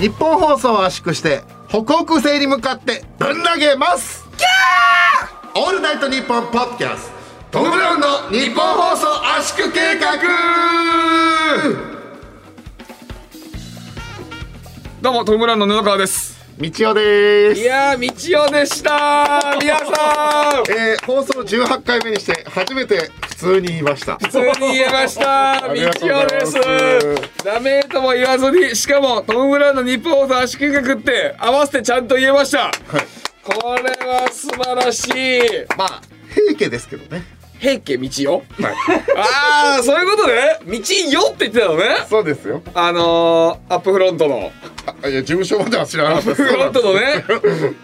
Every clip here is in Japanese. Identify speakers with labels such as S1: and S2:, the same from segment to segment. S1: 日本放送を圧縮して北北西に向かってぶん投げますオールナイトニッポンポッドキャストトム・ブラウンの日本放送圧縮計画
S2: どうもトムブラウンの布川です
S1: みちおです
S2: いやー道夫でしたー皆さん
S1: えー、放送18回目にして初めて普通に言いました
S2: 普通に言えました
S1: りがとう
S2: 道
S1: ございま
S2: 夫ですすダメとも言わずにしかもトム・ブラウンの日本放送圧縮企画って合わせてちゃんと言えました、これは素晴らしいまあ
S1: 平家ですけどね
S2: 平家道夫、ああそういうことね道夫って言ってたのね
S1: そうですよ
S2: あのー、アップフロントの
S1: あいや事務所までは知らなかったです
S2: フロントのね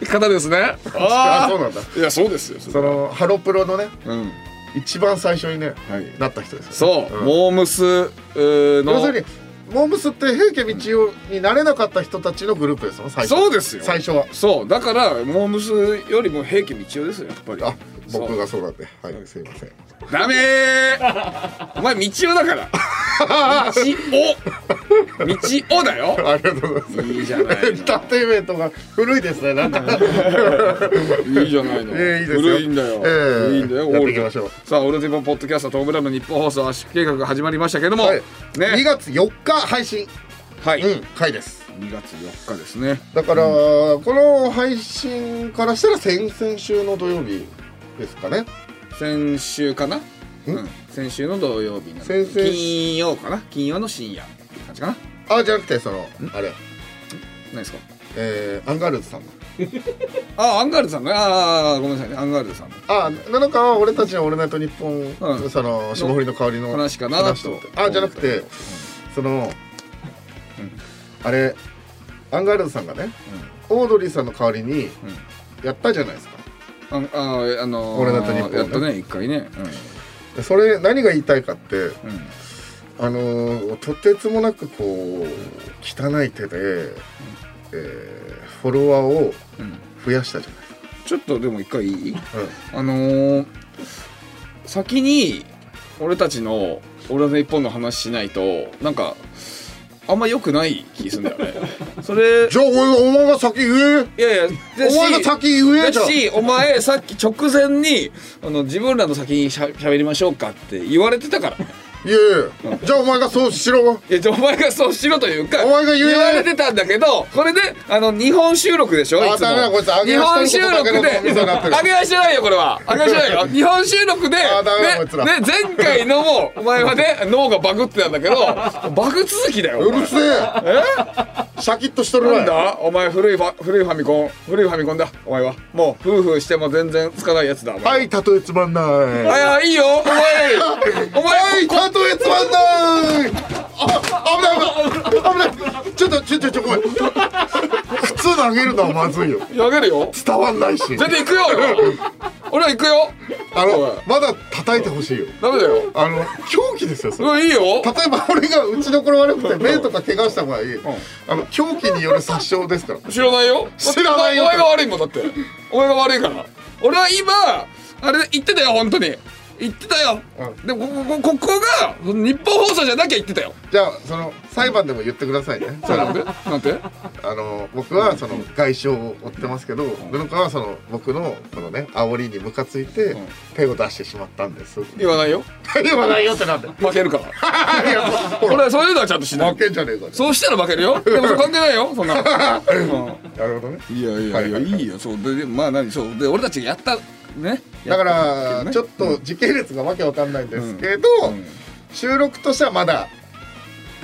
S2: 方です ね
S1: あ
S2: あ
S1: そうなんだ
S2: あいやそうですよ
S1: そのハロプロのね
S2: うん
S1: 一番最初にね、
S2: はい
S1: なった人ですよね
S2: そう、モームスうーの
S1: 要するにモームスって平家道夫になれなかった人たちのグループですもん最初
S2: そうですよ
S1: 最初は
S2: そうだからモームスよりも平家道夫ですよやっぱり
S1: あ僕
S2: が
S1: がそうなんではいすいません
S2: ダメ ーお前道夫だから道夫道夫だよ
S1: ありがとうございます
S2: いいじゃないの
S1: エンターテインメントが古いですね なんか
S2: いいじゃないの。
S1: ええいいですよ
S2: 古いんだよ。
S1: ええ
S2: いいんだよ。
S1: やっていきましょう
S2: オールディさあ、オールディポンポッドキャスト、トムブラウンの日本放送圧縮計画が始まりましたけれども、
S1: はい
S2: ね、
S1: 2月4日配信
S2: はい、
S1: うん回です
S2: 2月4日ですね。
S1: だから、この配信からしたら先々週の土曜日ですかね
S2: 先週かな？うん。先週の土曜日なの
S1: 先々週
S2: 金曜かな？金曜の深夜って感じかな？
S1: あじゃなくてそのあれ
S2: 何ですか？
S1: えー、アンガールズさんの
S2: あ、アンガールズさんね。ああ、ごめんなさいね。アンガールズさんの。
S1: あ七日は俺たちの「オールナイトニッポン」
S2: うん
S1: その霜降りの香りの
S2: 話かなと
S1: 思ってあじゃなくて、
S2: うん
S1: その、あれアンガールズさんがね、オードリーさんの代わりにやったじゃないですか
S2: あんあーあのー、
S1: 俺だって日本ね
S2: やったね一回ね。
S1: でそれ何が言いたいかって
S2: うん。うん。
S1: あのーとてつもなくこう汚い手で、えーフォロワーを増やしたじゃないですか
S2: ちょっとでも一回いい？
S1: うん
S2: あのー、先に俺たちの「俺の一本」の話しないとなんかあんま良くない気するんだよね。それ い
S1: じゃあおお前が先言え
S2: やいやだし
S1: お前が先言えじゃん
S2: だしお前さっき直前にあの自分らの先にしゃべりましょうかって言われて たからね
S1: いやいやじゃあお前がそうしろ
S2: いやじゃあお前がそうしろというか
S1: お前が言え
S2: われてたんだけどこれであの日本収録でしょ
S1: あ
S2: いつも
S1: ダメだこいつ揚げ
S2: 日
S1: 足
S2: 本
S1: して
S2: 収
S1: ることだ
S2: 録
S1: け
S2: で
S1: の脳みそになってる
S2: 揚げ足じゃないよこれは揚げ足じゃな いよ日本収録で
S1: あダメだこいつら
S2: ねね前回のもお前はね脳がバグってたんだけどバグ続きだよ
S1: うるせえシャキッとしとるわ
S2: なんだお前古いファ古いファミコン古いファミコンだお前はもう夫婦しても全然つかないやつだお前
S1: はい、たとえつまんない。
S2: あい
S1: は
S2: やいいよお前お前
S1: い、たとえつまんない。あ、危ない、危ない、危ない。ちょっと、ちょ、ちょ、ちょ、ごめん。靴投げるのはまずいよ。
S2: やげるよ
S1: 伝わんないし。
S2: 全然行くよ俺は俺は行くよ
S1: あ
S2: おい
S1: の、まだ叩いてほしいよ。
S2: ダメだよ
S1: あの、狂気ですよ、それ。
S2: うんいいよ
S1: 例えば俺が打ちどころ悪くて目とか怪我した場合、あの狂気による殺傷ですから。
S2: 知らないよ
S1: 知らないよ
S2: お前お前が悪いもんだってお前が悪いから俺は今あれ言ってたよ本当に言ってたよ、
S1: う
S2: でもここここが日本放送じゃなきゃ言ってたよ
S1: じゃあその裁判でも言ってくださいね。それ
S2: なんでなんて
S1: あの僕はその外傷を負ってますけど、布川はその僕のこのね煽りにムカついて
S2: ん
S1: 手を出してしまったんです。
S2: 言わないよ
S1: 言わないよってなんで。
S2: 負けるから
S1: いやほ
S2: 俺
S1: ら
S2: はそういうのはちゃんとしない
S1: 負けんじゃねえか。
S2: そうしたら負けるよでもそれ関係ないよそんな の、
S1: なるほどね。
S2: うんいやい
S1: は
S2: や
S1: い
S2: い
S1: は
S2: や
S1: いはい
S2: いよそうででまあ何そうで俺たちがやったね
S1: だか
S2: やった
S1: ら
S2: ね
S1: ちょっと時系列がわけわかんないんですけど、
S2: ん
S1: 収録としてはまだ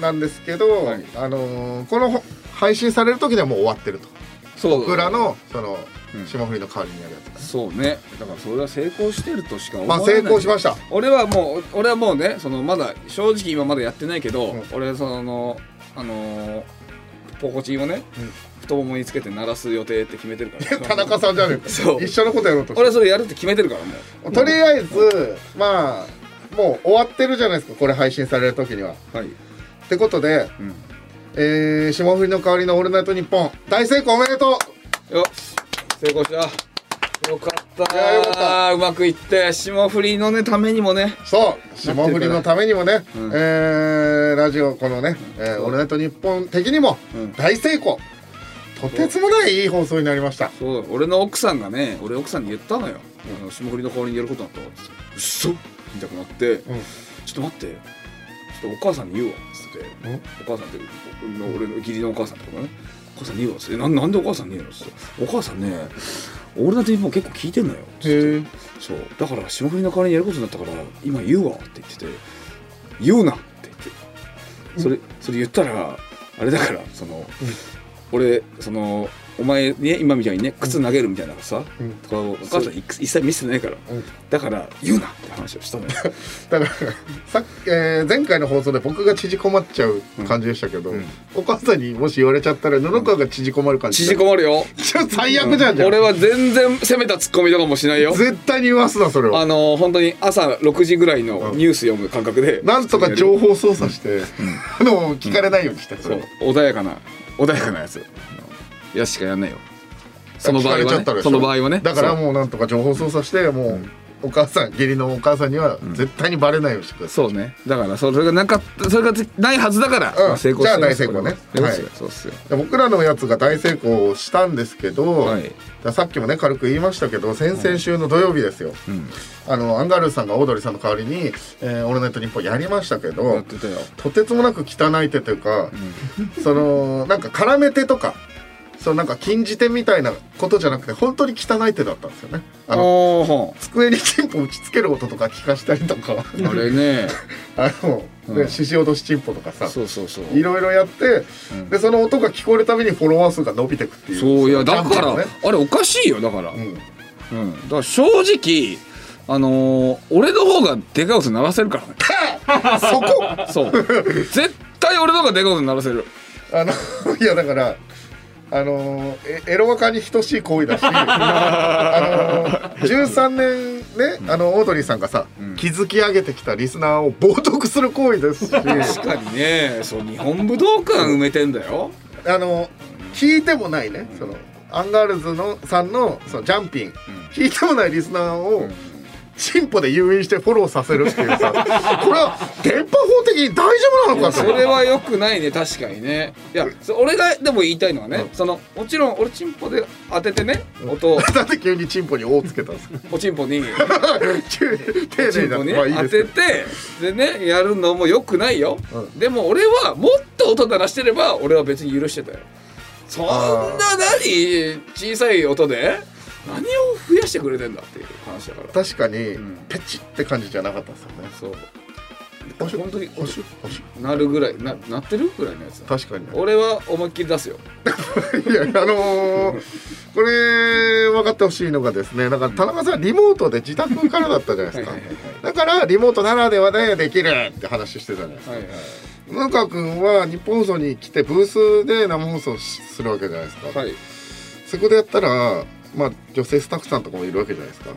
S1: なんですけど、
S2: はい
S1: あのーこの配信される時ではもう終わってると。
S2: そう
S1: 僕らのその
S2: うん
S1: 霜降りの代わりにやるやつ。
S2: そうねだからそれは成功してるとしか思
S1: ま
S2: わ
S1: あ
S2: ない、
S1: 成功しました。
S2: 俺はもう俺はもうねそのまだ正直今まだやってないけど、
S1: うん
S2: 俺はそのあのーポコチンをね、
S1: うん
S2: 太ももにつけて鳴らす予定って決めてるから
S1: 田中さんじゃねえ
S2: そ
S1: か。
S2: う
S1: 一緒のことやろうとしてる
S2: 俺はそれやるって決めてるからも
S1: とりあえずまあもう終わってるじゃないですかこれ配信される時には。
S2: うはい、
S1: ってことで、
S2: うん、
S1: えー、霜降りの代わりの「オールナイトニッポン」大成功おめでとう
S2: よっ成功したよかっった
S1: いやよかった
S2: うまくいって霜降りのねためにもね
S1: そう霜降りのためにもね、えーラジオこのね「えー
S2: そう
S1: オールナイトニッポン」的にも
S2: うん
S1: 大成功、とてつもないいい放送になりました
S2: そう俺の奥さんがね俺奥さんに言ったのよあの霜降りの代わりにやることになったわってうっそ言いたくなって、ちょ
S1: ん
S2: っと待ってちょっとお母さんに言うわっつってて
S1: うん
S2: お母さんって俺の俺の義理のお母さんとかねお母さんに言うわっつってえなんなんでお母さんに言うのっつってお母さんね俺だって今結構聞いてんのよっつって
S1: へ
S2: そうだから霜降りの代わりにやることになったから今言うわって言ってて言うなって言ってそれそれ言ったらあれだからその、俺そのお前ね今みたいにね靴投げるみたいなさ、
S1: うん
S2: とかお母さんい一切見せてないから、
S1: うん
S2: だから言うなって話をし たのよ
S1: だからさっき、えー前回の放送で僕が縮こまっちゃう感じでしたけど、
S2: うんうん
S1: お母さんにもし言われちゃったら布川が縮こまる感じ
S2: 縮こまるよ
S1: ちょ最悪じゃんじゃん、
S2: 俺は全然攻めたツッコミとかもしない よ
S1: 絶対に言わすなそれ
S2: あ
S1: は
S2: の本当に朝6時ぐらいのニュース読む感覚で
S1: なんとか情報操作して、あの聞かれないようにして、そ
S2: そ
S1: れ
S2: う穏やかな穏やかなやついやしかやんないよその場合
S1: 聞かれち
S2: は
S1: ゃったで
S2: ね
S1: しょ
S2: その場合はね
S1: だから
S2: そう
S1: もうなんとか情報操作してもう、お母さん義理のお母さんには絶対にバレないようにしてくださ
S2: そうねだからそれがなかったそれがないはずだから、
S1: うん
S2: まあ成功してます
S1: じゃあ大成功ね
S2: これはそうっすよ
S1: は
S2: そうっすよ
S1: い、で僕らのやつが大成功したんですけど、
S2: はい
S1: だからさっきもね軽く言いましたけど先々週の土曜日ですよ、あのアンガールズさんがオードリーさんの代わりに「えー、オールナイトニッポン」やりましたけ
S2: やっ
S1: ど
S2: てたよ
S1: とてつもなく汚い手というか、そのなんか絡め手とかそのなんか禁じ手みたいなことじゃなくて本当に汚い手だったんですよねあの
S2: おー
S1: 机にチンポ打ちつける音とか聞かしたりとか
S2: あれね
S1: あの、
S2: う
S1: ね
S2: ん
S1: 獅子落としチンポとかさ
S2: そうそうそう
S1: いろいろやって、でその音が聞こえるたびにフォロワー数が伸びてくっていう
S2: そういやだ
S1: キャンペ
S2: か
S1: ーン
S2: ら、
S1: ね
S2: あれおかしいよだから、
S1: うん、
S2: うん、だから正直あのー俺の方がでかい音鳴らせるからね
S1: そこ
S2: そう 絶対俺の方がでかい音鳴らせる
S1: あの いやだからあのーえエロワカに等しい行為 だしあのー13年ねあのオードリーさんがさ、築き上げてきたリスナーを冒涜する行為ですし
S2: 確かにねそう日本武道館埋めてんだよ
S1: あの聞いてもないね、そのアンガールズのさんのそのジャンピン、聞いてもないリスナーを、チンポで誘引してフォローさせるっていうさこ れは電波法的に大丈夫なのか
S2: そ
S1: と
S2: れは良くないね確かにねいやそ俺がでも言いたいのはね、そのもちろん俺チンポで当ててね音を
S1: だって急にチンポに「お」つけたんですか
S2: おチンポに
S1: 急に丁
S2: チ
S1: 寧
S2: ン
S1: な
S2: ポにね、
S1: まあいいですけ
S2: 当て
S1: ど
S2: てでねやるのも良くないよ、
S1: う
S2: でも俺はもっと音鳴らしてれば俺は別に許してたよそん
S1: あ
S2: な何小さい音で何を増やしてくれてんだっていう話だから
S1: 確かに
S2: ん
S1: ペチって感じじゃなかったですよね
S2: そう
S1: おしゅ
S2: 本当に
S1: おしゅおし
S2: なるぐらいななってるぐらいのやつだ
S1: 確かにね
S2: 俺は思いっきり出すよ
S1: いやあの ーこれ分かってほしいのがですねだから田中さんリモートで自宅からだったじゃないですか
S2: はいはいはい
S1: だからリモートならではでできるって話してたじゃないですか
S2: はいはい
S1: 布川君は日本放送に来てブースで生放送しするわけじゃないですか、
S2: はい。
S1: そこでやったらまあ女性スタッフさんとかもいるわけじゃないですか、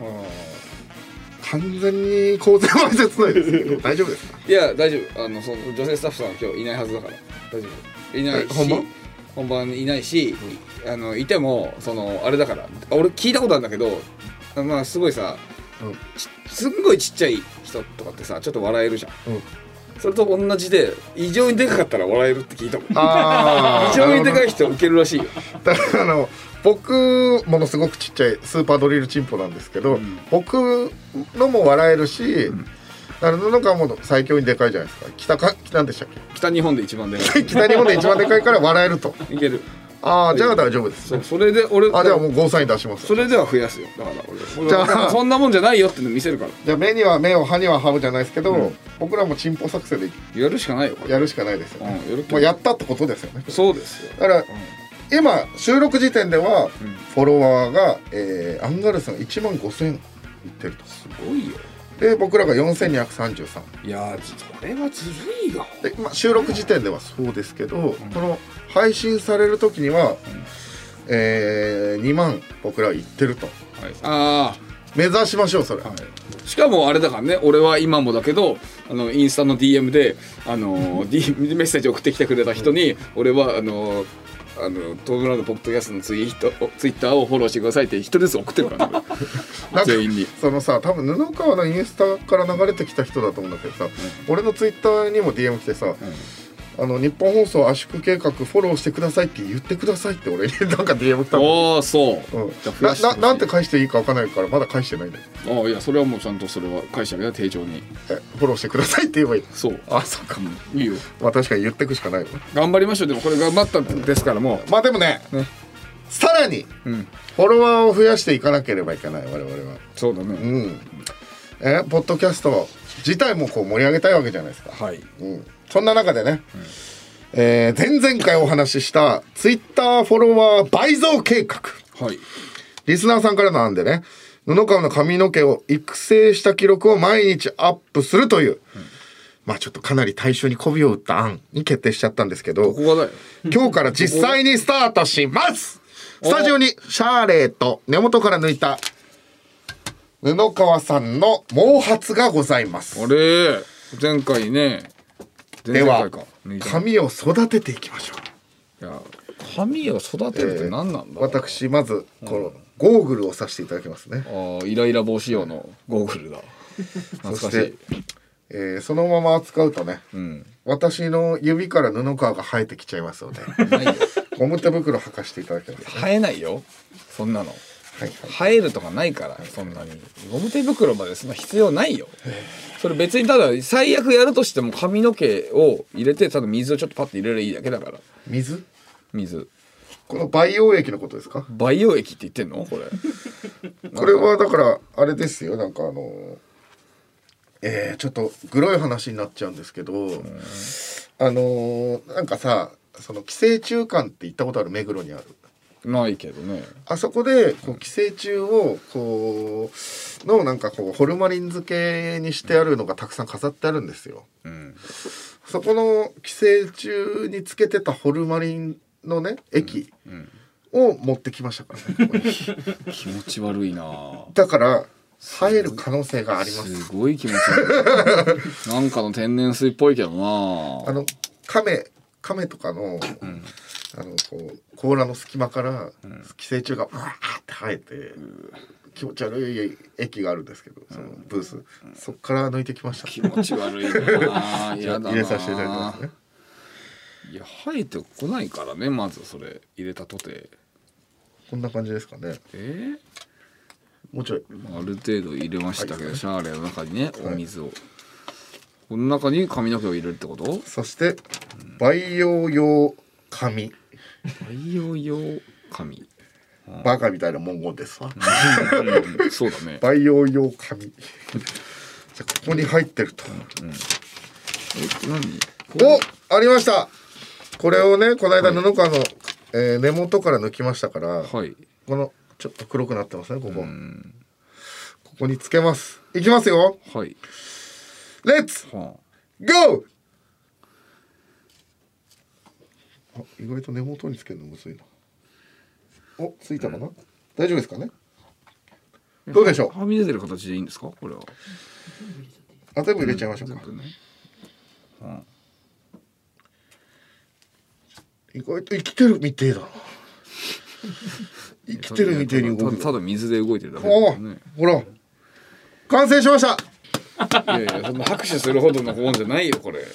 S1: 完全に公然わいせつないですけど大丈夫ですか
S2: いや大丈夫。あのその女性スタッフさんは今日いないはずだから大丈夫。いない
S1: え
S2: し。
S1: 本番
S2: 本番にいないし、あのいてもそのあれだから。俺聞いたことあるんだけど、あまあすごいさ、
S1: うん
S2: ちすんごいちっちゃい人とかってさちょっと笑えるじゃん。
S1: うん
S2: それと同じで異常にでかかったら笑えるって聞いたもん。
S1: あ
S2: 異常にでか
S1: い
S2: い人受けるらしいよ。
S1: だからあの僕ものすごくちっちゃいスーパードリルチンポなんですけど、
S2: ん
S1: 僕のも笑えるし、あの布川も最強にでかいじゃないですか北か何でしたっ
S2: 北日本で一番でか
S1: け
S2: い。
S1: 北日本で一番でかいから笑えると
S2: いける。
S1: ああじゃあ大丈夫です
S2: そうそれで俺
S1: あじゃあもうゴーサイン出します
S2: それでは増やすよ。だから俺。
S1: じゃあ
S2: 俺はそんなもんじゃないよっての見せるから。
S1: じゃあ目には目を歯には歯をじゃないですけど、僕らもチンポ作戦で
S2: やるしかないよ。これ
S1: やるしかないですよね、
S2: うんやるけど
S1: もうやったってことですよね
S2: そうですよ。
S1: だから、今収録時点ではフォロワーが、えーアンガールズさん1万5000いってると
S2: すごいよ。
S1: で僕らが4233
S2: いやー、それはずるいよ。
S1: で、まあ、収録時点ではそうですけど、この配信される時には、え2万僕らいってると
S2: あ
S1: 目指しましょうそれ、
S2: あ、しかもあれだからね、俺は今もだけど、あのインス タの DM で、あのー DM メッセージ送ってきてくれた人に、俺はあのーあのトムラウンドポッドキャストのツイートツイッターをフォローしてくださいって一人ずつ送ってるからね
S1: なんか
S2: 全員に
S1: そのさ多分布川のインスタから流れてきた人だと思うんだけどさ、俺のツイッターにも DM 来てさ、あの日本放送圧縮計画フォローしてくださいって言ってくださいって俺に なんか DM 来たの、
S2: おおそう、
S1: うん
S2: じゃあ、増や
S1: な
S2: してほ
S1: な
S2: しい
S1: なんて返していいか分かんないからまだ返してないんだけ
S2: ああいやそれはもうちゃんとそれは会社が定常に
S1: どえフォローしてくださいって言えばいい
S2: そう
S1: あそっか
S2: いいよ
S1: まあ確かに言ってくしかないわ
S2: 頑張りましょうでもこれ頑張ったんですからも
S1: まあでもね
S2: うね
S1: さらに
S2: うん
S1: フォロワーを増やしていかなければいけない我々は
S2: そうだね、
S1: うんえポッドキャスト自体もこう盛り上げたいわけじゃないですか
S2: はい
S1: うん、そんな中でね、えー前々回お話ししたツイッターフォロワー倍増計画
S2: はい
S1: リスナーさんからの案でね布川の髪の毛を育成した記録を毎日アップするという、まあちょっとかなり対象に媚びを打った案に決定しちゃったんですけ
S2: こ
S1: ど
S2: こがだよ
S1: 今日から実際にスタートしますスタジオにシャーレーと根元から抜いた布川さんの毛髪がございます
S2: あれ前回ね前
S1: で
S2: 々
S1: は
S2: 回か抜いた
S1: 髪を育てていきましょう
S2: いや髪を育てるって何なんだ、
S1: 私まずこのゴーグルをさせていただきますね、
S2: ああイライラ防止用のゴーグルだ懐かしい
S1: えーそのまま扱うとね、
S2: うん
S1: 私の指から布皮が生えてきちゃいますので
S2: ないよ
S1: ゴム手袋履かしていただきます
S2: 生えないよそんなの
S1: はい
S2: 生えるとかないからそんなにゴム手袋までそんな必要ないよそれ別にただ最悪やるとしても髪の毛を入れてただ水をちょっとパッと入れればいいだけだから
S1: 水
S2: 水
S1: この培養液のことですか
S2: 培養液って言ってんのこれ
S1: これはだからあれですよなんかあのーえーちょっとグロい話になっちゃうんですけどあのーなんかさその寄生虫館って行ったことある目黒にある
S2: ないけどね
S1: あそこでこう寄生虫をこうのなんかこうホルマリン漬けにしてあるのがたくさん飾ってあるんですよ。
S2: うん
S1: そこの寄生虫につけてたホルマリンのね液
S2: うん
S1: を持ってきましたからね。ここに
S2: 気持ち悪いなあ
S1: だから生える可能性があります。
S2: すごい気持ち悪 いなんかの天然水っぽいけどな
S1: あの亀亀とかの、あのこう甲羅の隙間から寄生虫がわーって生えて、気持ち悪い液があるんですけどそのブース、そっから抜いてきました。
S2: 気持 ち悪いなあ嫌だなあ
S1: 入れさせていただきますね
S2: いや生えてこないからねまずそれ入れたとて
S1: こんな感じですかね
S2: え
S1: もうちょい
S2: ー、ある程度入れましたけど、シャーレの中にねお水を、この中に髪の毛を入れるってこと
S1: そして培養用紙
S2: 培養用髪、
S1: バカみたいな文言ですわ
S2: うん、そうだね
S1: 培養用紙じ ゃあここに入ってると、
S2: え何こ
S1: おありましたこれをねこの間布川の、えー根元から抜きましたから、
S2: うはい
S1: このちょっと黒くなってますねここ、
S2: うん
S1: ここにつけますいきますよ
S2: はい
S1: レッツ
S2: は
S1: ゴーあ意外と根元につけるのむずいなおついたかな、大丈夫ですかね
S2: あ
S1: どうでしょう
S2: はみ出てる形でいいんですかこれは
S1: あ全部入れちゃいましょう
S2: 全
S1: か、
S2: 部ねうん
S1: 意外と生きてるみてえだ な生きてるみてえに動く
S2: ただただ水で動いてるだけだ
S1: お
S2: からね
S1: おほら完成しました
S2: いやいやそんな拍手するほどのもんじゃないよこれ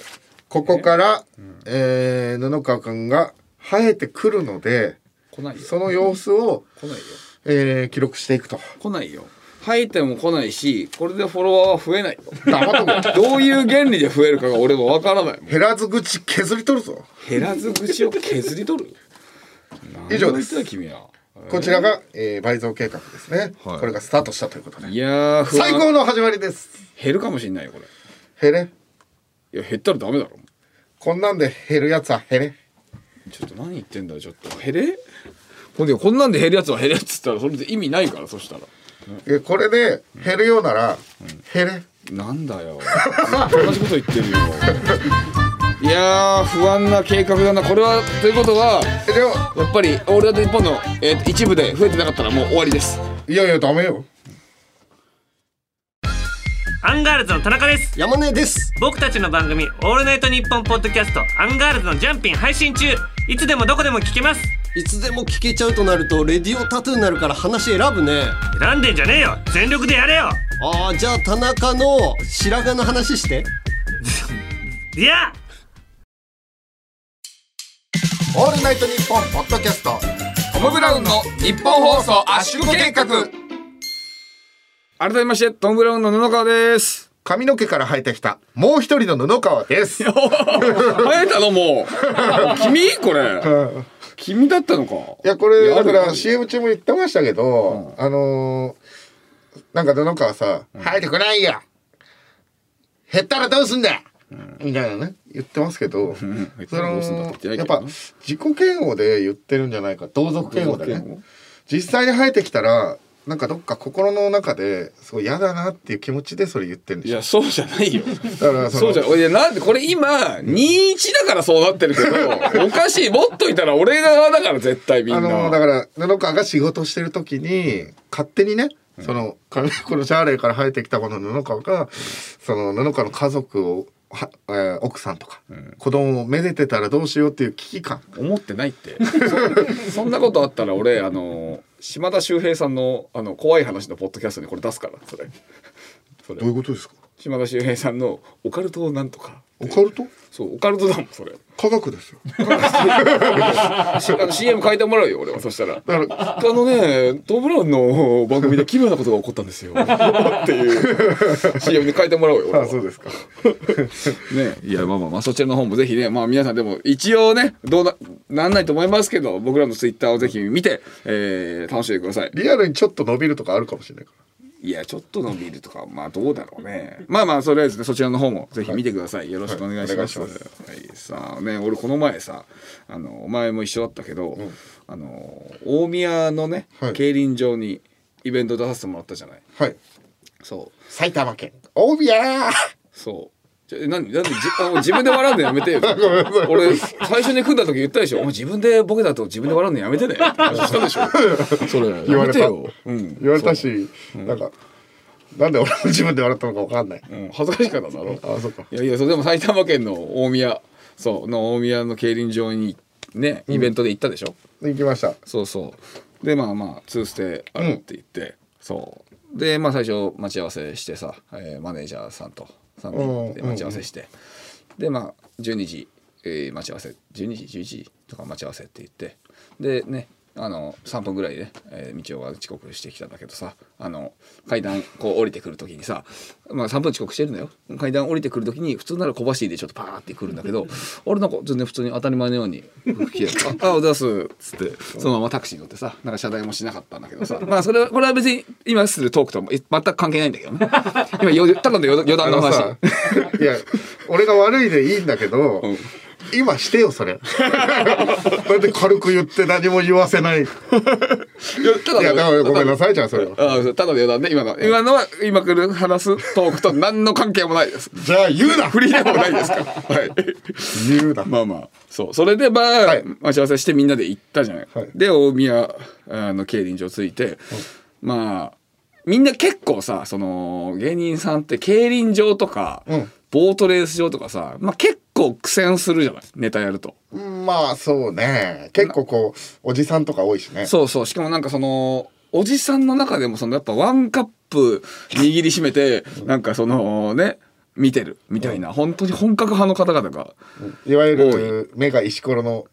S1: ここから、えー布川くんが生えてくるので
S2: 来ないよ
S1: その様子を、
S2: 来ないよ
S1: えー記録していくと
S2: 来ないよ入っても来ないしこれでフォロワーは増えない よ
S1: 黙っとけ
S2: どういう原理で増えるかが俺もわからない もん
S1: 減らず口削り取るぞ
S2: 減らず口を削り取る
S1: 以上です
S2: 何を言ってた君は
S1: こちらが、えー倍増計画ですね、
S2: はい
S1: これがスタートしたということで
S2: いやー不
S1: 最高
S2: 安
S1: の始まりです
S2: 減るかもしんないよこれ
S1: 減れ
S2: いや減ったらダメだろ
S1: こんなんで減るやつは減れ
S2: ちょっと何言ってんだよちょっと減れほんでこんなんで減るやつは減れっつったらそれで意味ないからそしたら
S1: いやこれで減るようなら、減れ
S2: なんだよ。同じこと言ってるよ。いやー不安な計画だな。これはということは
S1: でも
S2: やっぱりオールナイトニッポンの、えー一部で増えてなかったらもう終わりです。
S1: いやいやダメよ
S3: アンガールズの田中です
S4: 山根です
S3: 僕たちの番組「オールナイトニッポン」ポッドキャスト「アンガールズのジャンピン」配信中いつでもどこでも聞けます
S4: いつでも聞けちゃうとなるとレディオタトゥーになるから話選ぶね
S3: 選んでんじゃねえよ全力でやれよ
S4: あーじゃあ田中の白髪の話して
S3: いや
S1: オールナイトニッポンポッドキャスト
S2: トム・ブラウンの日本放送圧縮計画改めましてトム・ブラウンの布川 です
S1: 髪の毛から生えてきたもう一人の布川ですい
S2: 生えたのもう君これ君だったのかい
S1: やこれだか
S2: ある
S1: ら
S2: よ
S1: CM 中も言ってましたけど、あのーなんか布川さ「生えてこないよ減ったらどうすんだ!」みたいなね言ってますけど、
S2: 減った
S1: そ
S2: らどうすんだって言
S1: の
S2: ってないけどな
S1: やっぱ自己嫌悪で言ってるんじゃないか同族嫌悪だ
S2: 同族嫌
S1: ね
S2: 悪
S1: 実際に生えてきたらなんかどっか心の中ですごい嫌だなっていう気持ちでそれ言ってるんで
S2: い
S1: しょ
S2: やそうじゃないよ
S1: だからそ
S2: そう
S1: の
S2: じゃんいやなんでこれ今21だからそうなってるけどおかしいもっといたら俺側だから絶対みんな
S1: あのだから布川が仕事してる時に勝手にねその髪このシャーレーから 生えてきたこの布川がその布川の家族をは、えー奥さんとか、子供をめでてたらどうしようっていう危機感
S2: 思ってないってそそんなことあったら俺あの島田秀平さんのあの怖い話のポッドキャストにこれ出すからそれそれ
S1: うことですか
S2: 島田秀平さんのオカルトをなんとか
S1: オカルト
S2: そうオカルトだもんそれ
S1: 科学ですよ
S2: しあの CM 変えてもらうよ俺はそしたら
S1: だから
S2: あのねトム・ブラウンの番組で奇妙なことが起こったんですよっていう CM に変えてもらおうよ俺 は
S1: あそうですか
S2: ね、いやまあまあまあそちらの方もぜひねまあ皆さんでも一応ねどうななんないと思いますけど僕らのツイッターをぜひ見て、えー楽しんでください
S1: リアルにちょっと伸びるとかあるかもしれないか
S2: いやちょっとのビールとかまあどうだろうねまあまあとりあえずねそちらの方もぜひ見てください、よろしくお願いします,、
S1: は
S2: はいい
S1: お願い
S2: さあね俺この前さあのお前も一緒だったけど、あの大宮のね、
S1: はい
S2: 競輪場にイベント出させてもらったじゃない
S1: らはい
S2: そう
S1: 埼玉県大宮
S2: そう。ちょえ何何じあの自分で笑うのやめて よ。俺最初に組んだ時言ったでしょ。お前自分でボケたと自分で笑うのやめてね。って話した でしょ。それ
S1: 言われた
S2: やめてよ。うん。
S1: 言われたし、なんかなんで俺も自分で笑ったのかわかんない
S2: うん恥ずかしかっただろ。
S1: あそうか
S2: いやいやそうでも埼玉県の大宮そうの大宮の競輪場にねイベントで行ったでしょ。
S1: 行きました
S2: そうそうでまあまあツーステあるって言って、そうでまあ最初待ち合わせしてさ、えーマネージャーさんと3人で
S1: うん
S2: 待ち合わせして、でまあ12時、えー待ち合わせ12時11時とか待ち合わせって言ってでねあの3分ぐらいで、えー、道夫が遅刻してきたんだけどさあの階段こう降りてくる時にさ、まあ、3分遅刻してるんだよ階段降りてくる時に普通なら小走りでちょっとパーって来るんだけ どあれなんか全然普通に当たり前のように服着て「 ああお出す」っつってそのままタクシーに乗ってさなんか謝罪もしなかったんだけどさまあそれはこれは別に今するトークとは全く関係ないんだけどね今よただの余
S1: あ
S2: 談の
S1: の
S2: 話
S1: さ。いや俺が悪いでいいんだけど、
S2: ん
S1: 今してよそれ なんで軽く言って何も言わせないい
S2: いやただの
S1: やだからごめんなさいじゃんそれは
S2: ああそうただの余談ね今の今のは今から話すトークと何の関係もないです
S1: じゃあ言うな
S2: 振りでもな いですからはい
S1: 言うな
S2: まあまあそうそれでまあ、
S1: はい
S2: 待ち合わせしてみんなで行ったじゃない、
S1: はい
S2: で大宮あの競輪場着いて、まあみんな結構さその芸人さんって競輪場とか、
S1: うん
S2: ボートレース場とかさ、まあ、結構苦戦するじゃないネタやると。
S1: うんまあそうね結構こうおじさんとか多いしね
S2: そうそうしかもなんかそのおじさんの中でもそのやっぱワンカップ握りしめてなんかそのね見てるみたいな本当に本格派の方々が
S1: いわゆる目が石ころの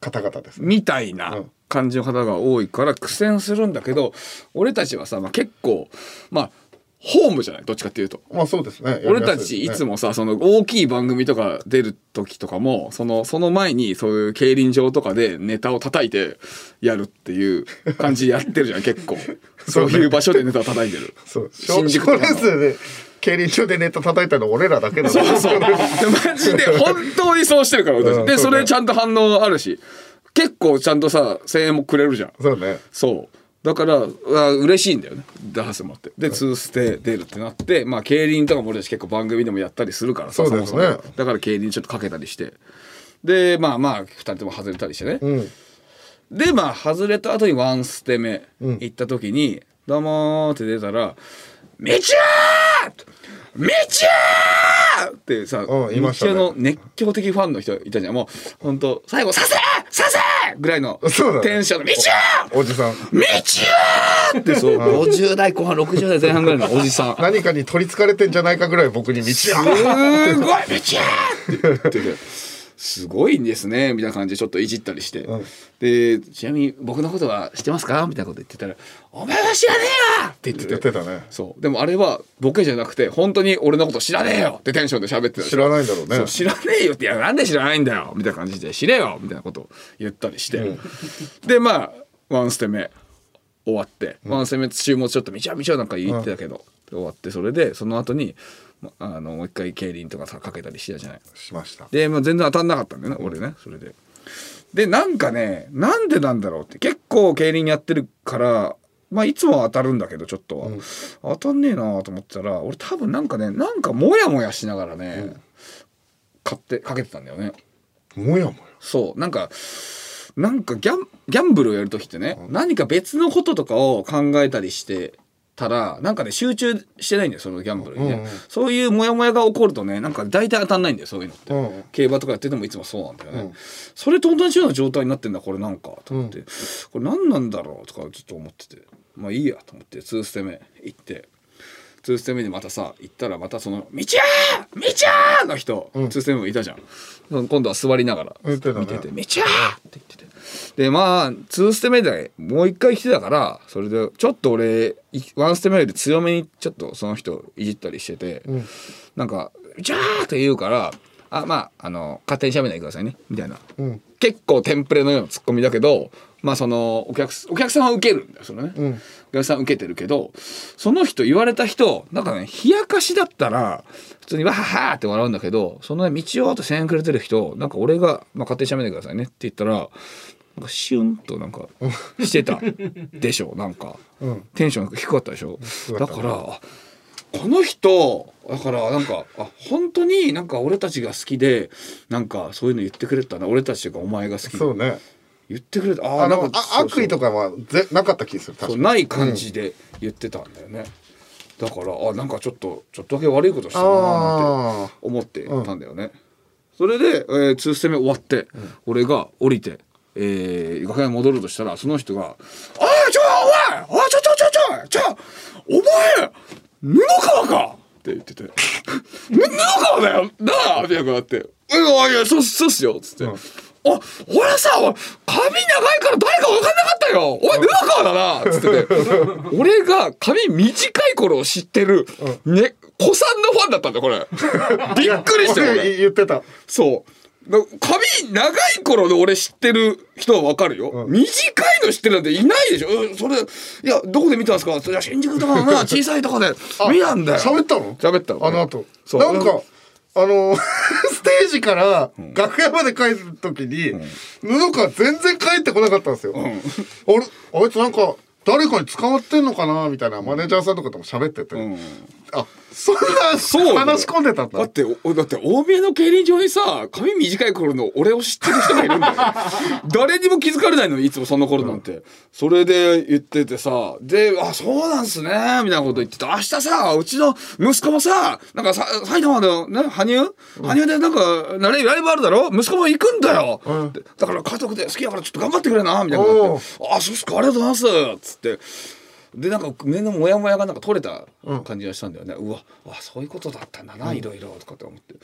S1: 方々ですね
S2: みたいうなん感じの方が多いから苦戦するんだけど俺たちはさ、まあ、結構まあホームじゃないどっちかっていうと。
S1: まあそうですねやりやす
S2: 俺たちいつもさその大きい番組とか出る時とかもそのその前にそういう競輪場とかでネタを叩いてやるっていう感じでやってる じゃん結構そういう場所でネタを叩いてる
S1: そう
S2: 新
S1: 新宿
S2: 宿とか
S1: レー
S2: の
S1: スで競輪場でネタ叩いたの俺らだけだ
S2: そうそうマジで本当にそうしてるから俺たち、
S1: うん
S2: で
S1: そ
S2: そう
S1: ね
S2: れちゃんと反応あるし結構ちゃんとさ声援もくれるじゃん
S1: そうね
S2: そうだからうわ嬉しいんだよね出させてもらってで2ステ出るってなってまあ競輪とかも俺たち結構番組でもやったりするからさ
S1: そうですね
S2: ももだから競輪ちょっとかけたりしてでまあまあ2人とも外れたりしてね、
S1: うん
S2: でまあ外れた後にワンステ目
S1: うん
S2: 行った時に「どうも」って出たら「みちゅーみちゅーー!」ってさ、
S1: うんいました
S2: 日
S1: ね
S2: 中の熱狂的ファンの人いたじゃんもう本当最後「させさせ!」ぐらいの
S1: そうだね
S2: テンションの「道を
S1: おじさん
S2: 道を!」ってそう50代後半60代前半ぐらいのおじさんす
S1: 何かに取りつかれてんじゃないかぐらい僕に道を
S2: ーごい「道を!」って言ってて。すごいんですねみたいな感じでちょっといじったりして、
S1: ん
S2: でちなみに僕のことは知ってますかみたいなこと言ってたら「お前は知らねえよ!」って言って
S1: 言っててたね
S2: そうでもあれはボケじゃなくて本当に俺のこと知らねえよってテンションで喋ってたでし
S1: 知
S2: ょ
S1: らないんだろう
S2: そ
S1: ね
S2: う知らねえよっていやなんで知らないんだよみたいな感じで知れよみたいなことを言ったりして、でまあワンステ目終わって、ワンステ目中もちょっとみちゃみちゃなんか言ってたけど、終わってそれでその後にまあのもう一回競輪とかさかけたりしてたじゃない
S1: しました
S2: で、まあ、全然当たんなかったんだよね俺ねそれででなんかねなんでなんだろうって結構競輪やってるからまあいつもは当たるんだけどちょっとは、当たんねえなと思ってたら俺多分なんかねなんかモヤモヤしながらね、買ってかけてたんだよね
S1: もやもや
S2: そうなんかなんかギャンギャンブルをやる時ってね、何か別のこととかを考えたりしてたらなんかね集中してないんだよそのギャンブルにね、
S1: うんうん
S2: そういうモヤモヤが起こるとねなんか大体当たんないんだよそういうのって、
S1: うん
S2: 競馬とかやっててもいつもそうなんだよね、
S1: うん
S2: それと同じような状態になってんだこれなんかと思って、
S1: う
S2: これ何なんだろうとかちょっと思っててまあいいやと思って2ステ目行って2ステ目にまたさ行ったらまたその「道やー道やー!」の人、
S1: うん
S2: 2ステ目もいたじゃんその今度は座りながら
S1: 言ってたね
S2: 見てて「道やー!」って言っててでまあ2ステ目でもう一回来てたからそれでちょっと俺1ステ目より強めにちょっとその人いじったりしてて、
S1: ん
S2: なんか「じゃー!」って言うから「あまああの勝手に喋んないでくださいね」みたいな、
S1: ん
S2: 結構テンプレのようなツッコミだけどまあそのお客すお客さんは受けるんだよそれね、
S1: ん
S2: お客さんは受けてるけどその人言われた人なんかね冷やかしだったら普通に「わはは」って笑うんだけどその、ね、道をと1,000円くれてる人なんか俺が「まあ、勝手に喋んないでくださいね」って言ったらなんかシュンとなんかしてたでしょなんか、テンション低かったでしょだからあこの人だからなんかあ本当になんか俺たちが好きでなんかそういうの言ってくれたな俺たちがお前が好き
S1: そうね
S2: 言ってくれたあー
S1: あの
S2: なんか
S1: あ悪意と
S2: か
S1: かはぜなかった気する
S2: そう
S1: 確かに
S2: ない感じで言ってたんだよね、だからあなんかちょっとちょっとだけ悪いことしたなーなん
S1: あ
S2: て
S1: あ
S2: 思ってたんだよね、それで、えー、2ステ目終わって、俺が降りて、えー、楽屋に戻ろうとしたらその人が「ああちょお前あちょちょちょちょちょお前布川か!」って言ってて「布川だよなあ!」みたいなって「うんあいやそうそうっすよ」っつって。あ、俺はさ、俺髪長いから誰か分かんなかったよ。お前、布川だなっつってて。俺が髪短い頃を知ってる、ね、子さんのファンだったんだよ、こ れ。びっくりしたよ、俺
S1: 俺言ってた
S2: そう。だ髪長い頃の俺知ってる人はわかるよ、短いの知ってるなんていないでしょ、うんそれいやどこで見たんですかそれいや新宿とか のな小さいとこで見たんだよ
S1: 喋ったの
S2: 喋った
S1: あの後
S2: そう
S1: なんかあの ステージから楽屋まで帰る時に布川全然帰ってこなかったんですよ俺あいつなんか誰かに捕まってんのかなみたいなマネージャーさんとかとも喋っててあそん
S2: そう
S1: な話し込んでたん
S2: だ
S1: だ
S2: っておだって欧米の競輪場にさ髪短い頃の俺を知ってる人がい るんだよ誰にも気づかれないのいつもその頃なんて、それで言っててさで「あそうなんすね」みたいなこと言ってて明日さうちの息子もさなんかさ埼玉の、ね、羽生羽生でなんかライライブあるだろ息子も行くんだよ、でだから家族で好きだからちょっと頑張ってくれなみたいなこと言って「あそうっすかありがとうございます」っつって。でなんか目のモヤモヤがなんか取れた感じがしたんだよね、うわあそういうことだったんだな、いろいろとかって思って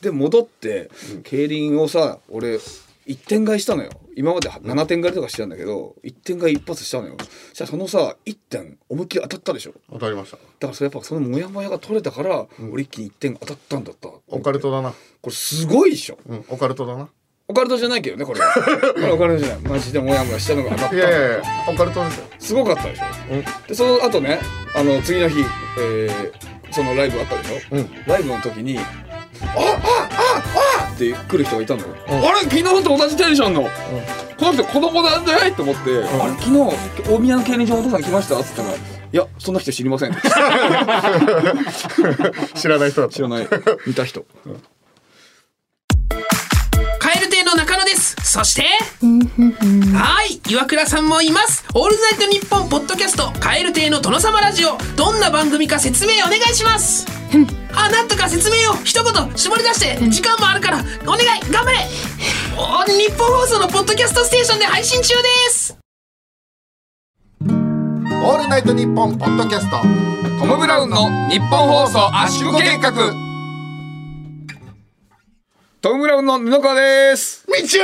S2: で戻って競輪をさ俺一点買いしたのよ今まで7点買いとかしてたんだけど一点買い一発したのよそしたらそのさ1点思いっきり当たったでしょ
S1: 当たりました
S2: だからそれやっぱそのモヤモヤが取れたから、俺一気に1点当たったんだった
S1: オカルトだな
S2: これすごいでしょ
S1: うんオカルトだな
S2: オカルトじゃないけどねこ れこれオカルトじゃないマジでモヤモヤしたのが当たった
S1: いやいやいやオカルトですよ
S2: すごかったでしょ、でその後ねあの次の日、えーそのライブあったでしょ、ライブの時に「ああああって来る人がいたの、あれ昨日と同じテンションの、この人子供なんじゃないと思って、あれ昨日大宮の競輪場のお父さん来ましたっつったら「いやそんな人知り ません」
S1: 知らない人だっ
S2: 知
S1: た
S2: らない見た人
S5: カエル亭の中野ですそしてはい岩倉さんもいますオールナイトニッポンポッドキャストカエル亭の殿様ラジオどんな番組か説明お願いします
S6: ふん
S5: あなんとか説明を一言絞り出して時間もあるからお願い頑張れお日本放送のポッドキャストステーションで配信中です
S1: オールナイトニッポンポッドキャスト
S2: トム・ブラウンの日本放送圧縮計画トム・ブラウンの布川です
S1: みち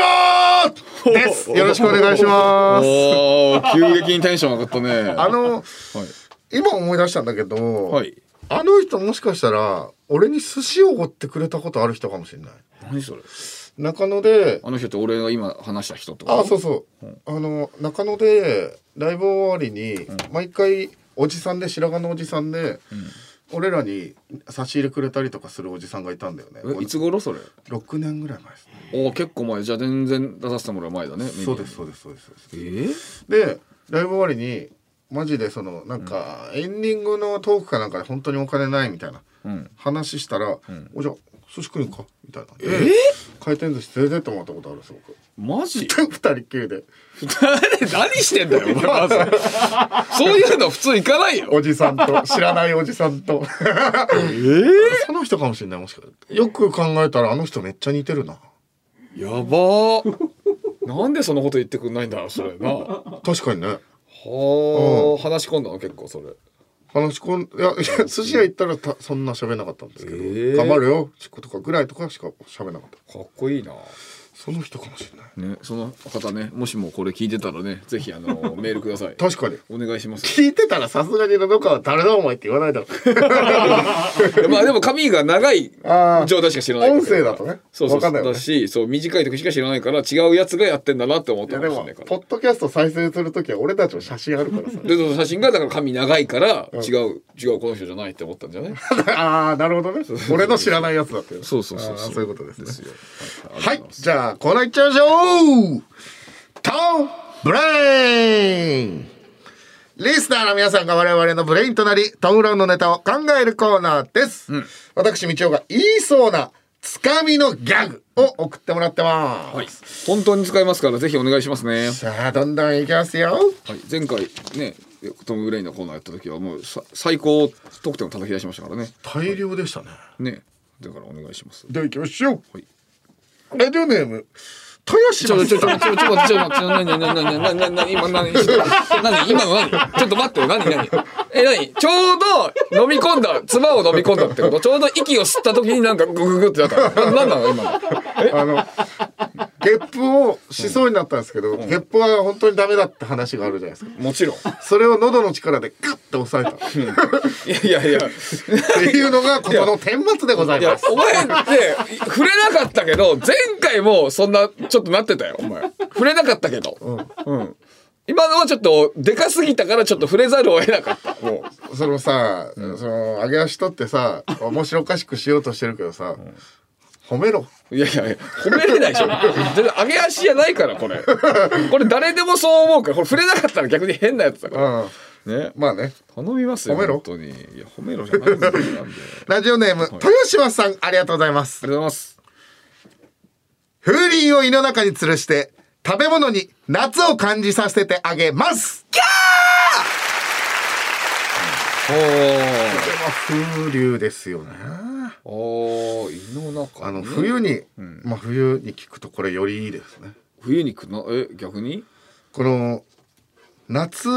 S1: おーです よろしくお願いします
S2: お ー急激にテンション上がったね
S1: あの、
S2: はい
S1: 今思い出したんだけど、
S2: はい
S1: あの人もしかしたら俺に寿司をおごってくれたことある人かもしれない
S2: 何それ
S1: 中野で
S2: あの人って俺が今話した人と
S1: あそうそう、あの中野でライブ終わりに、毎回おじさんで白髪のおじさんで、俺らに差し入れくれたりとかするおじさんがいたんだよね
S2: えいつ頃それ
S1: 6年ぐらい前ですね
S2: おー結構前じゃあ全然出させてもらう前だね
S1: そうですそうですそうですそうです
S2: えー、
S1: でライブ終わりにマジでそのなんか、エンディングのトークかなんかで本当にお金ないみたいな
S2: うん
S1: 話したら「おじゃあ寿司食いんか?」みたいなえ回転寿司連れてってもらったことあるすごく
S2: マ ジ
S1: 二人っきりで
S2: 誰何してんだよお前まず そういうの普通行かないよ
S1: おじさんと知らないおじさんとその人かもしれないもしかしてよく考えたらあの人めっちゃ似てるな
S2: やばー なんでそんなこと言ってくんないんだろうそ れなは
S1: 確かにね
S2: あ、話し込んだの結構それ
S1: 話しこんいやいや寿司屋行ったらたそんな喋んなかったんですけど、
S2: えー
S1: 頑張るよちことかぐらいとかしか喋んなかった
S2: かっこいいな
S1: その人かもしれない
S2: ねその方ねもしもこれ聞いてたらねぜひあのメールください
S1: 確かに
S2: お願いします
S1: 聞いてたらさすがに布川誰だお前って言わないだろ
S2: まあでも髪が長い
S1: あー
S2: 状態しか知らない
S1: 音声だとね
S2: そうそう
S1: わかんないよね
S2: だしそう短い時しか知らないから違うやつがやってんだなって思っ
S1: い
S2: た
S1: やで
S2: かもしれ
S1: も
S2: ないから
S1: ポッドキャスト再生するときは俺たちも写真ある からさ
S2: でその写真がだから髪長いから違う、違うこの人じゃないって思ったんじ ゃない
S1: ああなるほどね俺の知らないやつだったよ
S2: そうそうそう
S1: あーそういうことですね
S2: よ
S1: はいじゃあコーナーいっちゃいましょうトンブレインリスナーの皆さんが我々のブレインとなりトム・ブラウンのネタを考えるコーナーです、私みちおが言いそうなつかみのギャグを送ってもらってます、
S2: はい、本当に使いますからぜひお願いしますね、
S1: さあどんどんいきますよ
S2: はい、前回ねトム・グレイのコーナーやった時はもうさ最高得点を叩き出しましたからね
S1: 大量でしたね、
S2: ねだからお願いします
S1: では行きましょう、ラジオネーム豊
S2: ちょ
S1: 島
S2: ちょちょちょち
S1: さん
S2: ょちょちょちょちょ何何何何何何何今何 何今の何ちょっと待って何何え何ちょうど飲み込んだ唾を飲み込んだってことちょうど息を吸った時になんかグググってなったの何なの今の
S1: あのゲップをしそうになったんですけど、ゲップは本当にダメだって話があるじゃないですか
S2: もちろん
S1: それを喉の力でガッて抑えたっ
S2: いやいやいや
S1: ていうのがここの顛末でござい
S2: いや
S1: ま、す
S2: お前って触れなかったけど、前回もそんなちょっとなってたよ、お前。触れなかったけど。うん。今のはちょっとでかすぎたからちょっと触れざるを得なかった。も
S1: そのさ、その上げ足取ってさ面白おかしくしようとしてるけどさ、褒めろ
S2: う。いやいやいや、褒めれないでしょ。全然上げ足じゃないから、これ。これ誰でもそう思うから、これ触れなかったら逆に変なやつだ
S1: う
S2: か
S1: ん
S2: ら。ね。
S1: まあね
S2: 頼みますよ、
S1: 褒めろ
S2: 本当に。いや、褒めろじゃないんだよ、なんで。ありがとう
S1: ラジオネーム、豊島さんありがとうございます
S2: ございます。
S1: 風鈴を胃の中に吊るして食べ物に夏を感じさせてあげます。風流ですよね。
S2: おおー、胃の中、
S1: あの冬に、まあ冬に聞くとこれよりいいですね。
S2: 冬にくな、え、逆に
S1: この夏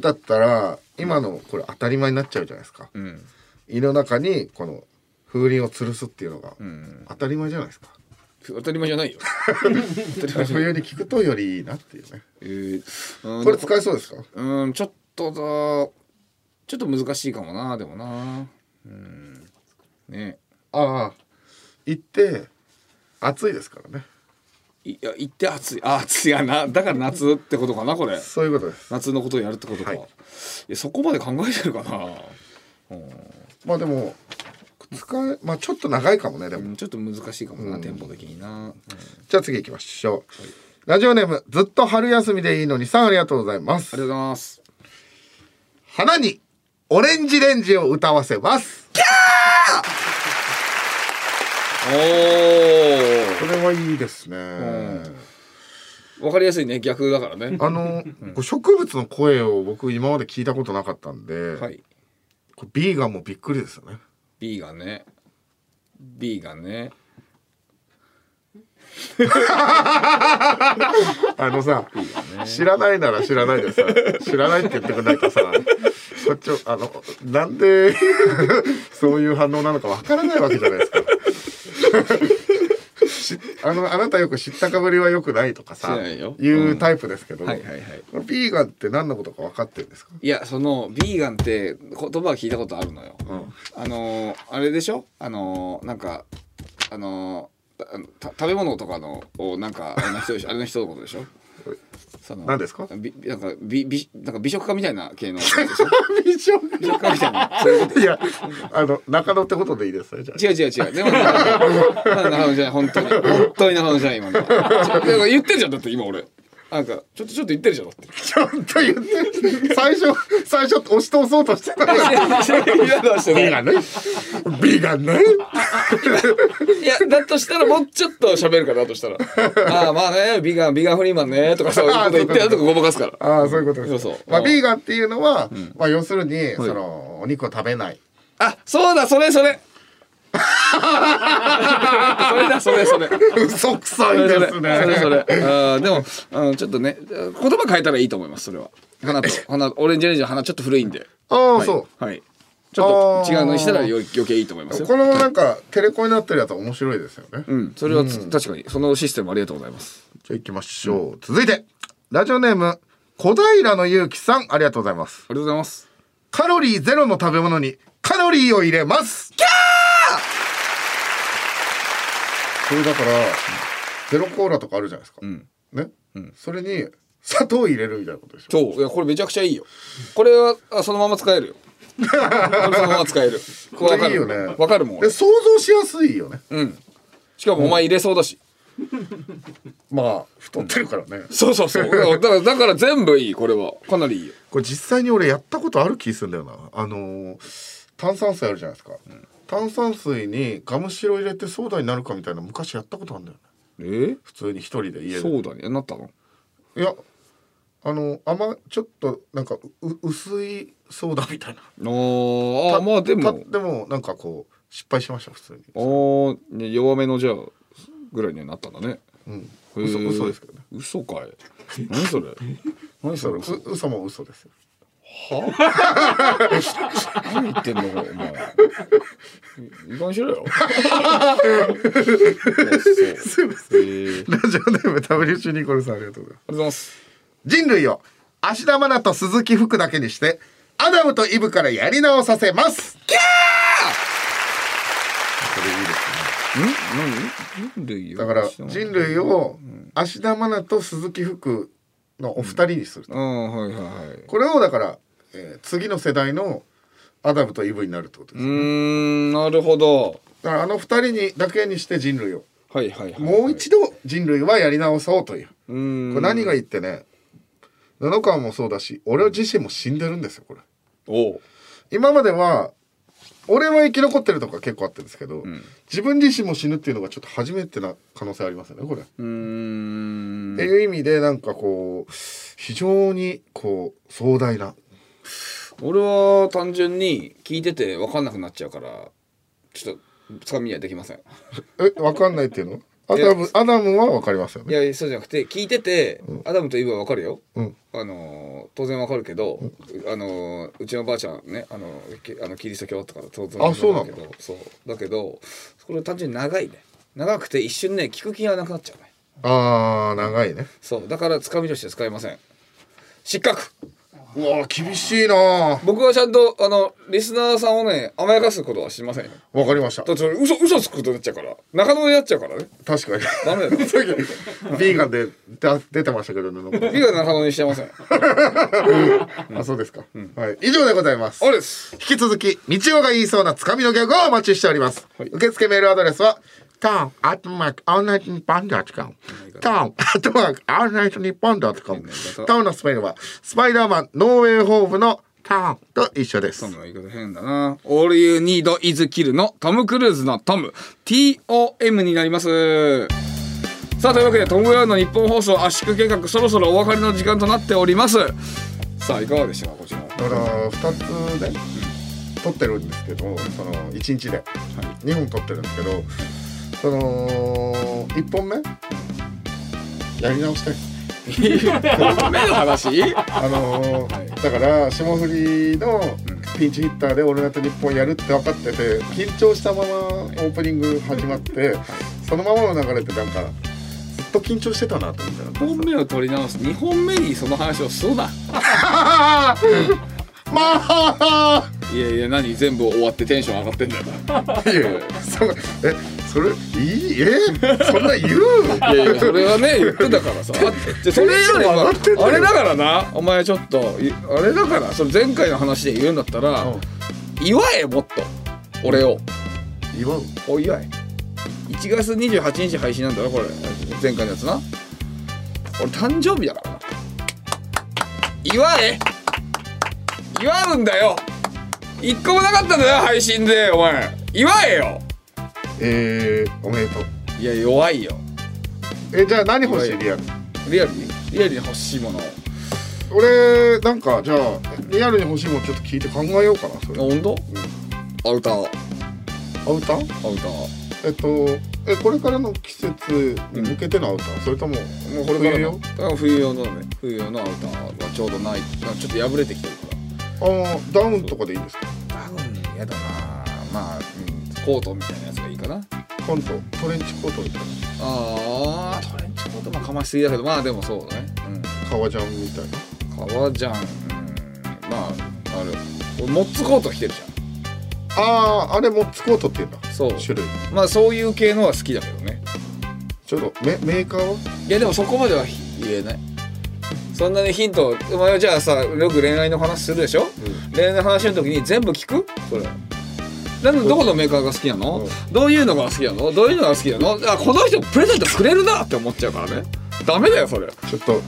S1: だったら今のこれ当たり前になっちゃうじゃないですか。
S2: うん。
S1: 胃の中にこの風鈴を吊るすっていうのが当たり前じゃないですか。
S2: 当たり前じゃないよ。当たり前じゃない。
S1: 冬に聞くとよりいいなっていうね。
S2: えー、うん
S1: これ使えそうですか？
S2: うんちょっとだちょっと難しいかもなでもなうんね
S1: ああ、行って暑いですからね。
S2: いや言って暑いあ暑いやなだから夏ってことかなこれ
S1: そういうことです。
S2: 夏のことをやるってことか、
S1: はい
S2: い、やそこまで考えてるかな、
S1: まあでも使えまあちょっと長いかもねで
S2: う
S1: も、
S2: ん、ちょっと難しいかもな、テンポ的にな、
S1: じゃあ次行きましょう、ラジオネームずっと春休みでいいのにさんありがとうございま
S2: あ
S1: す
S2: りがとうございます
S1: 花にオレンジレンジを歌わせます
S2: お
S1: これはいいですね、
S2: おわかりやすいね逆だから ね
S1: あの、こう植物の声を僕今まで聞いたことなかったんで、
S2: はい
S1: これビーガンもびっくりですよね
S2: B がね B がね
S1: あのさ、知らないなら知らない でさ、知らないって言ってくれないとさ、こっちを、あの、なんで、 そういう反応なのかわからないわけじゃないですか。 しあの、あなたよく知ったかぶりは良くないとかさ、
S2: 知らないよ
S1: いうタイプですけど、
S2: はいはいはい
S1: ビーガンって何のことか分かってるんですか
S2: いやそのビーガンって言葉は聞いたことあるのよ、
S1: ん
S2: あのーあれでしょあのーなんかあのーたあのた食べ物とかのをなんかあれの人 でしょあれの人のことでしょその
S1: 何ですか
S2: びなんかびびなんか美食家みたいな系のやつでしょ
S1: ビジョ
S2: 美食家みたいな
S1: ンいや、あの、中野ってことでいいですね、じゃあ。
S2: 違う違う違う。でも、まだ中野じゃない、本当に。本当に中野じゃない、今のは。ちょ言ってるじゃん、だって今俺。なんか、ちょっとちょっと言ってるじゃん、だって。
S1: ちょっと言って、最初、最初押し通そうとしてたのに
S2: 今のはして
S1: ビー
S2: な
S1: ガ
S2: い
S1: ンね。ビーガンね。
S2: いや、だとしたらもうちょっと喋るかな、だとしたら。ああ、まあね、ビガン、ビガンフリーマンね、とかそういうこと言って、あとごまかすから。
S1: ああそういうことです。
S2: そうそう
S1: まあ
S2: うん
S1: ビーガンっていうのは、まあ要するに、そのお肉を食べない。
S2: あ、そうだ、それそれ。それだ、それそれ。
S1: 嘘くさい
S2: それ
S1: で
S2: それ
S1: すね。
S2: それそれ。あーでも、あのちょっとね、言葉変えたらいいと思います、それは。花と、花、オレンジレンジの花、ちょっと古いんで。
S1: ああ
S2: はい
S1: そ
S2: はい。ちょっと違うのにしたらよ余計いいと思いま
S1: う。
S2: すよ。
S1: このなんかテレコになってるやつは面白いですよね。じゃ
S2: うん、それはつ、確かにそのシステムありがとうございます。
S1: あ行きましょう。続いてラジオネーム小平のゆうきさんありがとうございます。
S2: ありがとうございます。
S1: カロリーゼロの食べ物にカロリーを入れます。キャー。これだからゼロコーラとかあるじゃないですか。
S2: ん
S1: ね、それに砂糖入れるみたいなことでしょ。
S2: そう、いやこれめちゃくちゃいいよ。これはあそのまま使え るよ。これそのまま使える。これわか
S1: いい
S2: る
S1: よね。
S2: わかるもん。
S1: で
S2: 俺
S1: 想像しやすいよね。
S2: うん。しかもお前入れそうだし。
S1: まあ太ってるからね、
S2: そうそうそう。 だからだから全部いいこれはかなりいいよ。
S1: これ実際に俺やったことある気するんだよなあのー炭酸水あるじゃないですか、炭酸水にガムシロ入れてソーダになるかみたいな昔やったことあるんだよね
S2: え？
S1: 普通に一人で家で
S2: そうだね。なったの？
S1: いやあの甘ちょっとなんかうう薄いソーダみたいな
S2: あーあ
S1: た
S2: まあで
S1: た
S2: も
S1: でもなんかこう失敗しました普通に
S2: あーね弱めのじゃあぐらいにはなったんだね。
S1: うん
S2: へー
S1: 嘘嘘ですけどね
S2: 嘘かい。何それ。何
S1: そ
S2: それ
S1: れ
S2: 嘘。
S1: う嘘も嘘ですよ
S2: 何言ってんのお前。いいかにしろよ。
S1: すいませんラジオネーム WC ニコルさんありがとうございます
S2: ありがとうございます。
S1: 人類を芦田愛菜と鈴木福だけにしてアダムとイブからやり直させますキャーこれいいですね
S2: ん？何？人類
S1: だから人類を芦田愛菜と鈴木福のお二人にすると、
S2: うんはいはいはい。う
S1: これをだから、えー次の世代のアダムとイブになるってことで
S2: ー
S1: す、
S2: んなるほど。
S1: だからあの二人にだけにして人類を
S2: はいはいはい。
S1: もう一度人類はやり直そうという
S2: うーん。
S1: これ何がいいってね布川もそうだし俺自身も死んでるんですよこれ。
S2: おう。
S1: 今までは俺は生き残ってるとか結構あったんですけど、
S2: ん
S1: 自分自身も死ぬっていうのがちょっと初めてな可能性ありますよねこれ、
S2: うーん
S1: って。いう意味でなんかこう非常にこう壮大な
S2: 俺は単純に聞いてて分かんなくなっちゃうからちょっとつかみにはできません。
S1: えわかんないっていうのアダムアダムはわかりますよ
S2: い
S1: ね
S2: やいやそうじゃなくて聞いてて、アダムとイブは分かるよ、
S1: うん
S2: あのー当然分かるけど、あのーうちのばあちゃんねあのきあのキリスト教とか当然
S1: あそうなん
S2: け
S1: だ
S2: どそうだけどこれ単純に長いね長くて一瞬ね聞く気がなくなっちゃうね
S1: あー長いね
S2: そうだからつかみとして使えません失格
S1: うわー厳しいなー
S2: 僕はちゃんとあのリスナーさんをね甘やかすことはしませんよ
S1: わかりました
S2: だってそれ嘘嘘つくことになっちゃうから中野になっちゃうからね
S1: 確かに
S2: ダメだよ
S1: ビーガンでだ出てましたけど布 川
S2: ビが中野にしてませんあ
S1: あそうですか、はい以上でございます
S2: れです
S1: 引き続き、道夫が言いそうなつかみのギャグをお待ちしております。受付メールアドレスは、トン、アットマーク、オールナイトニッポンドットコム。トン、アットマーク、オールナイトニッポンドットコム。トンのスペルは、スパイダーマン、ノーウェイホームのトンと一緒です
S2: ト。ムの言い方変だな All you need is kill のトム・クルーズのトム TOM になりますさあというわけでトム・ブラウンの日本放送圧縮計画そろそろお別れの時間となっておりますさあいかがでしたかこちら
S1: だから、二つね、撮ってるんですけどその1日で2本撮ってるんですけどその1本目やり直したい
S2: 目の話
S1: あのー
S2: はい
S1: だから霜降りのピンチヒッターで「オールナイトニッポン」やるって分かってて緊張したままオープニング始まってそのままの流れってなんかずっと緊張してたなと思った
S2: 1本目を取り直す2本目にその話をするな
S1: ああ まあ
S2: いやいや何全部終わってテンション上がってんだよ
S1: いやいやそのえそれいいえそんな言う
S2: いやいやそれはね言ってたから さあじゃあそれよりもあれだからなお前ちょっといあれだからそれ前回の話で言うんだったら、
S1: うん
S2: 祝えもっと俺を
S1: 祝う
S2: お祝い1月28日配信なんだろこれ前回のやつな俺誕生日だからな祝え祝うんだよ一個もなかったんだよ配信でお前祝えよ
S1: えー、おめでとう
S2: いや弱いよ
S1: えじゃあ何欲しいリアル
S2: リアルにリアルに欲しいものを
S1: 俺なんかじゃあリアルに欲しいもんちょっと聞いて考えようかなそれ
S2: 温度アウター
S1: アウター
S2: アウター
S1: えっとえこれからの季節に向けてのアウター、それとももうこれから
S2: のあ冬用のね冬用のアウターがちょうどないあちょっと破れてきてるか
S1: あーダウンとかでいいんですから
S2: ダウンやだなまあ、うん、コートみたいなやつがいいかな
S1: コントトレンチコートみたいな
S2: ああトレンチコートもかましすぎだけどまあでもそうだね、
S1: 革ジャンみたいな
S2: うん、革ジャン、うん、まああれ俺モッツコート着てるじゃ
S1: あああれモッツコートっていうんだ
S2: んそう
S1: 種類
S2: まあそういう系のは好きだけどね
S1: ちょっとメメーカーはい
S2: やでもそこまでは言えないそんなにヒントお前はじゃあさよく恋愛の話するでしょ、恋愛の話の時に全部聞くそれなんでどこのメーカーが好きなの、どういうのが好きなのどういうのが好きなのあこの人プレゼントくれるなって思っちゃうからねダメだよそれ
S1: ちょっと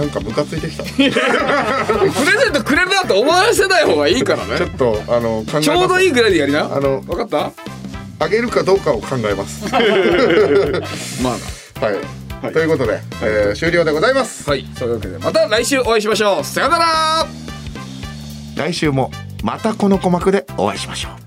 S1: なんかムカついてきたち
S2: プレゼントくれるなって思わせない方がいいから
S1: ょ
S2: ね
S1: っとあの考えます
S2: ちょうどいいぐらいでやりな
S1: あの
S2: 分かった
S1: あげるかどうかを考えます。 はい、
S2: まあ
S1: ということで、えー終了でございます。
S2: はいそういうわけでまた来週お会いしましょうさよなら
S1: 来週もまたこの鼓膜でお会いしましょう。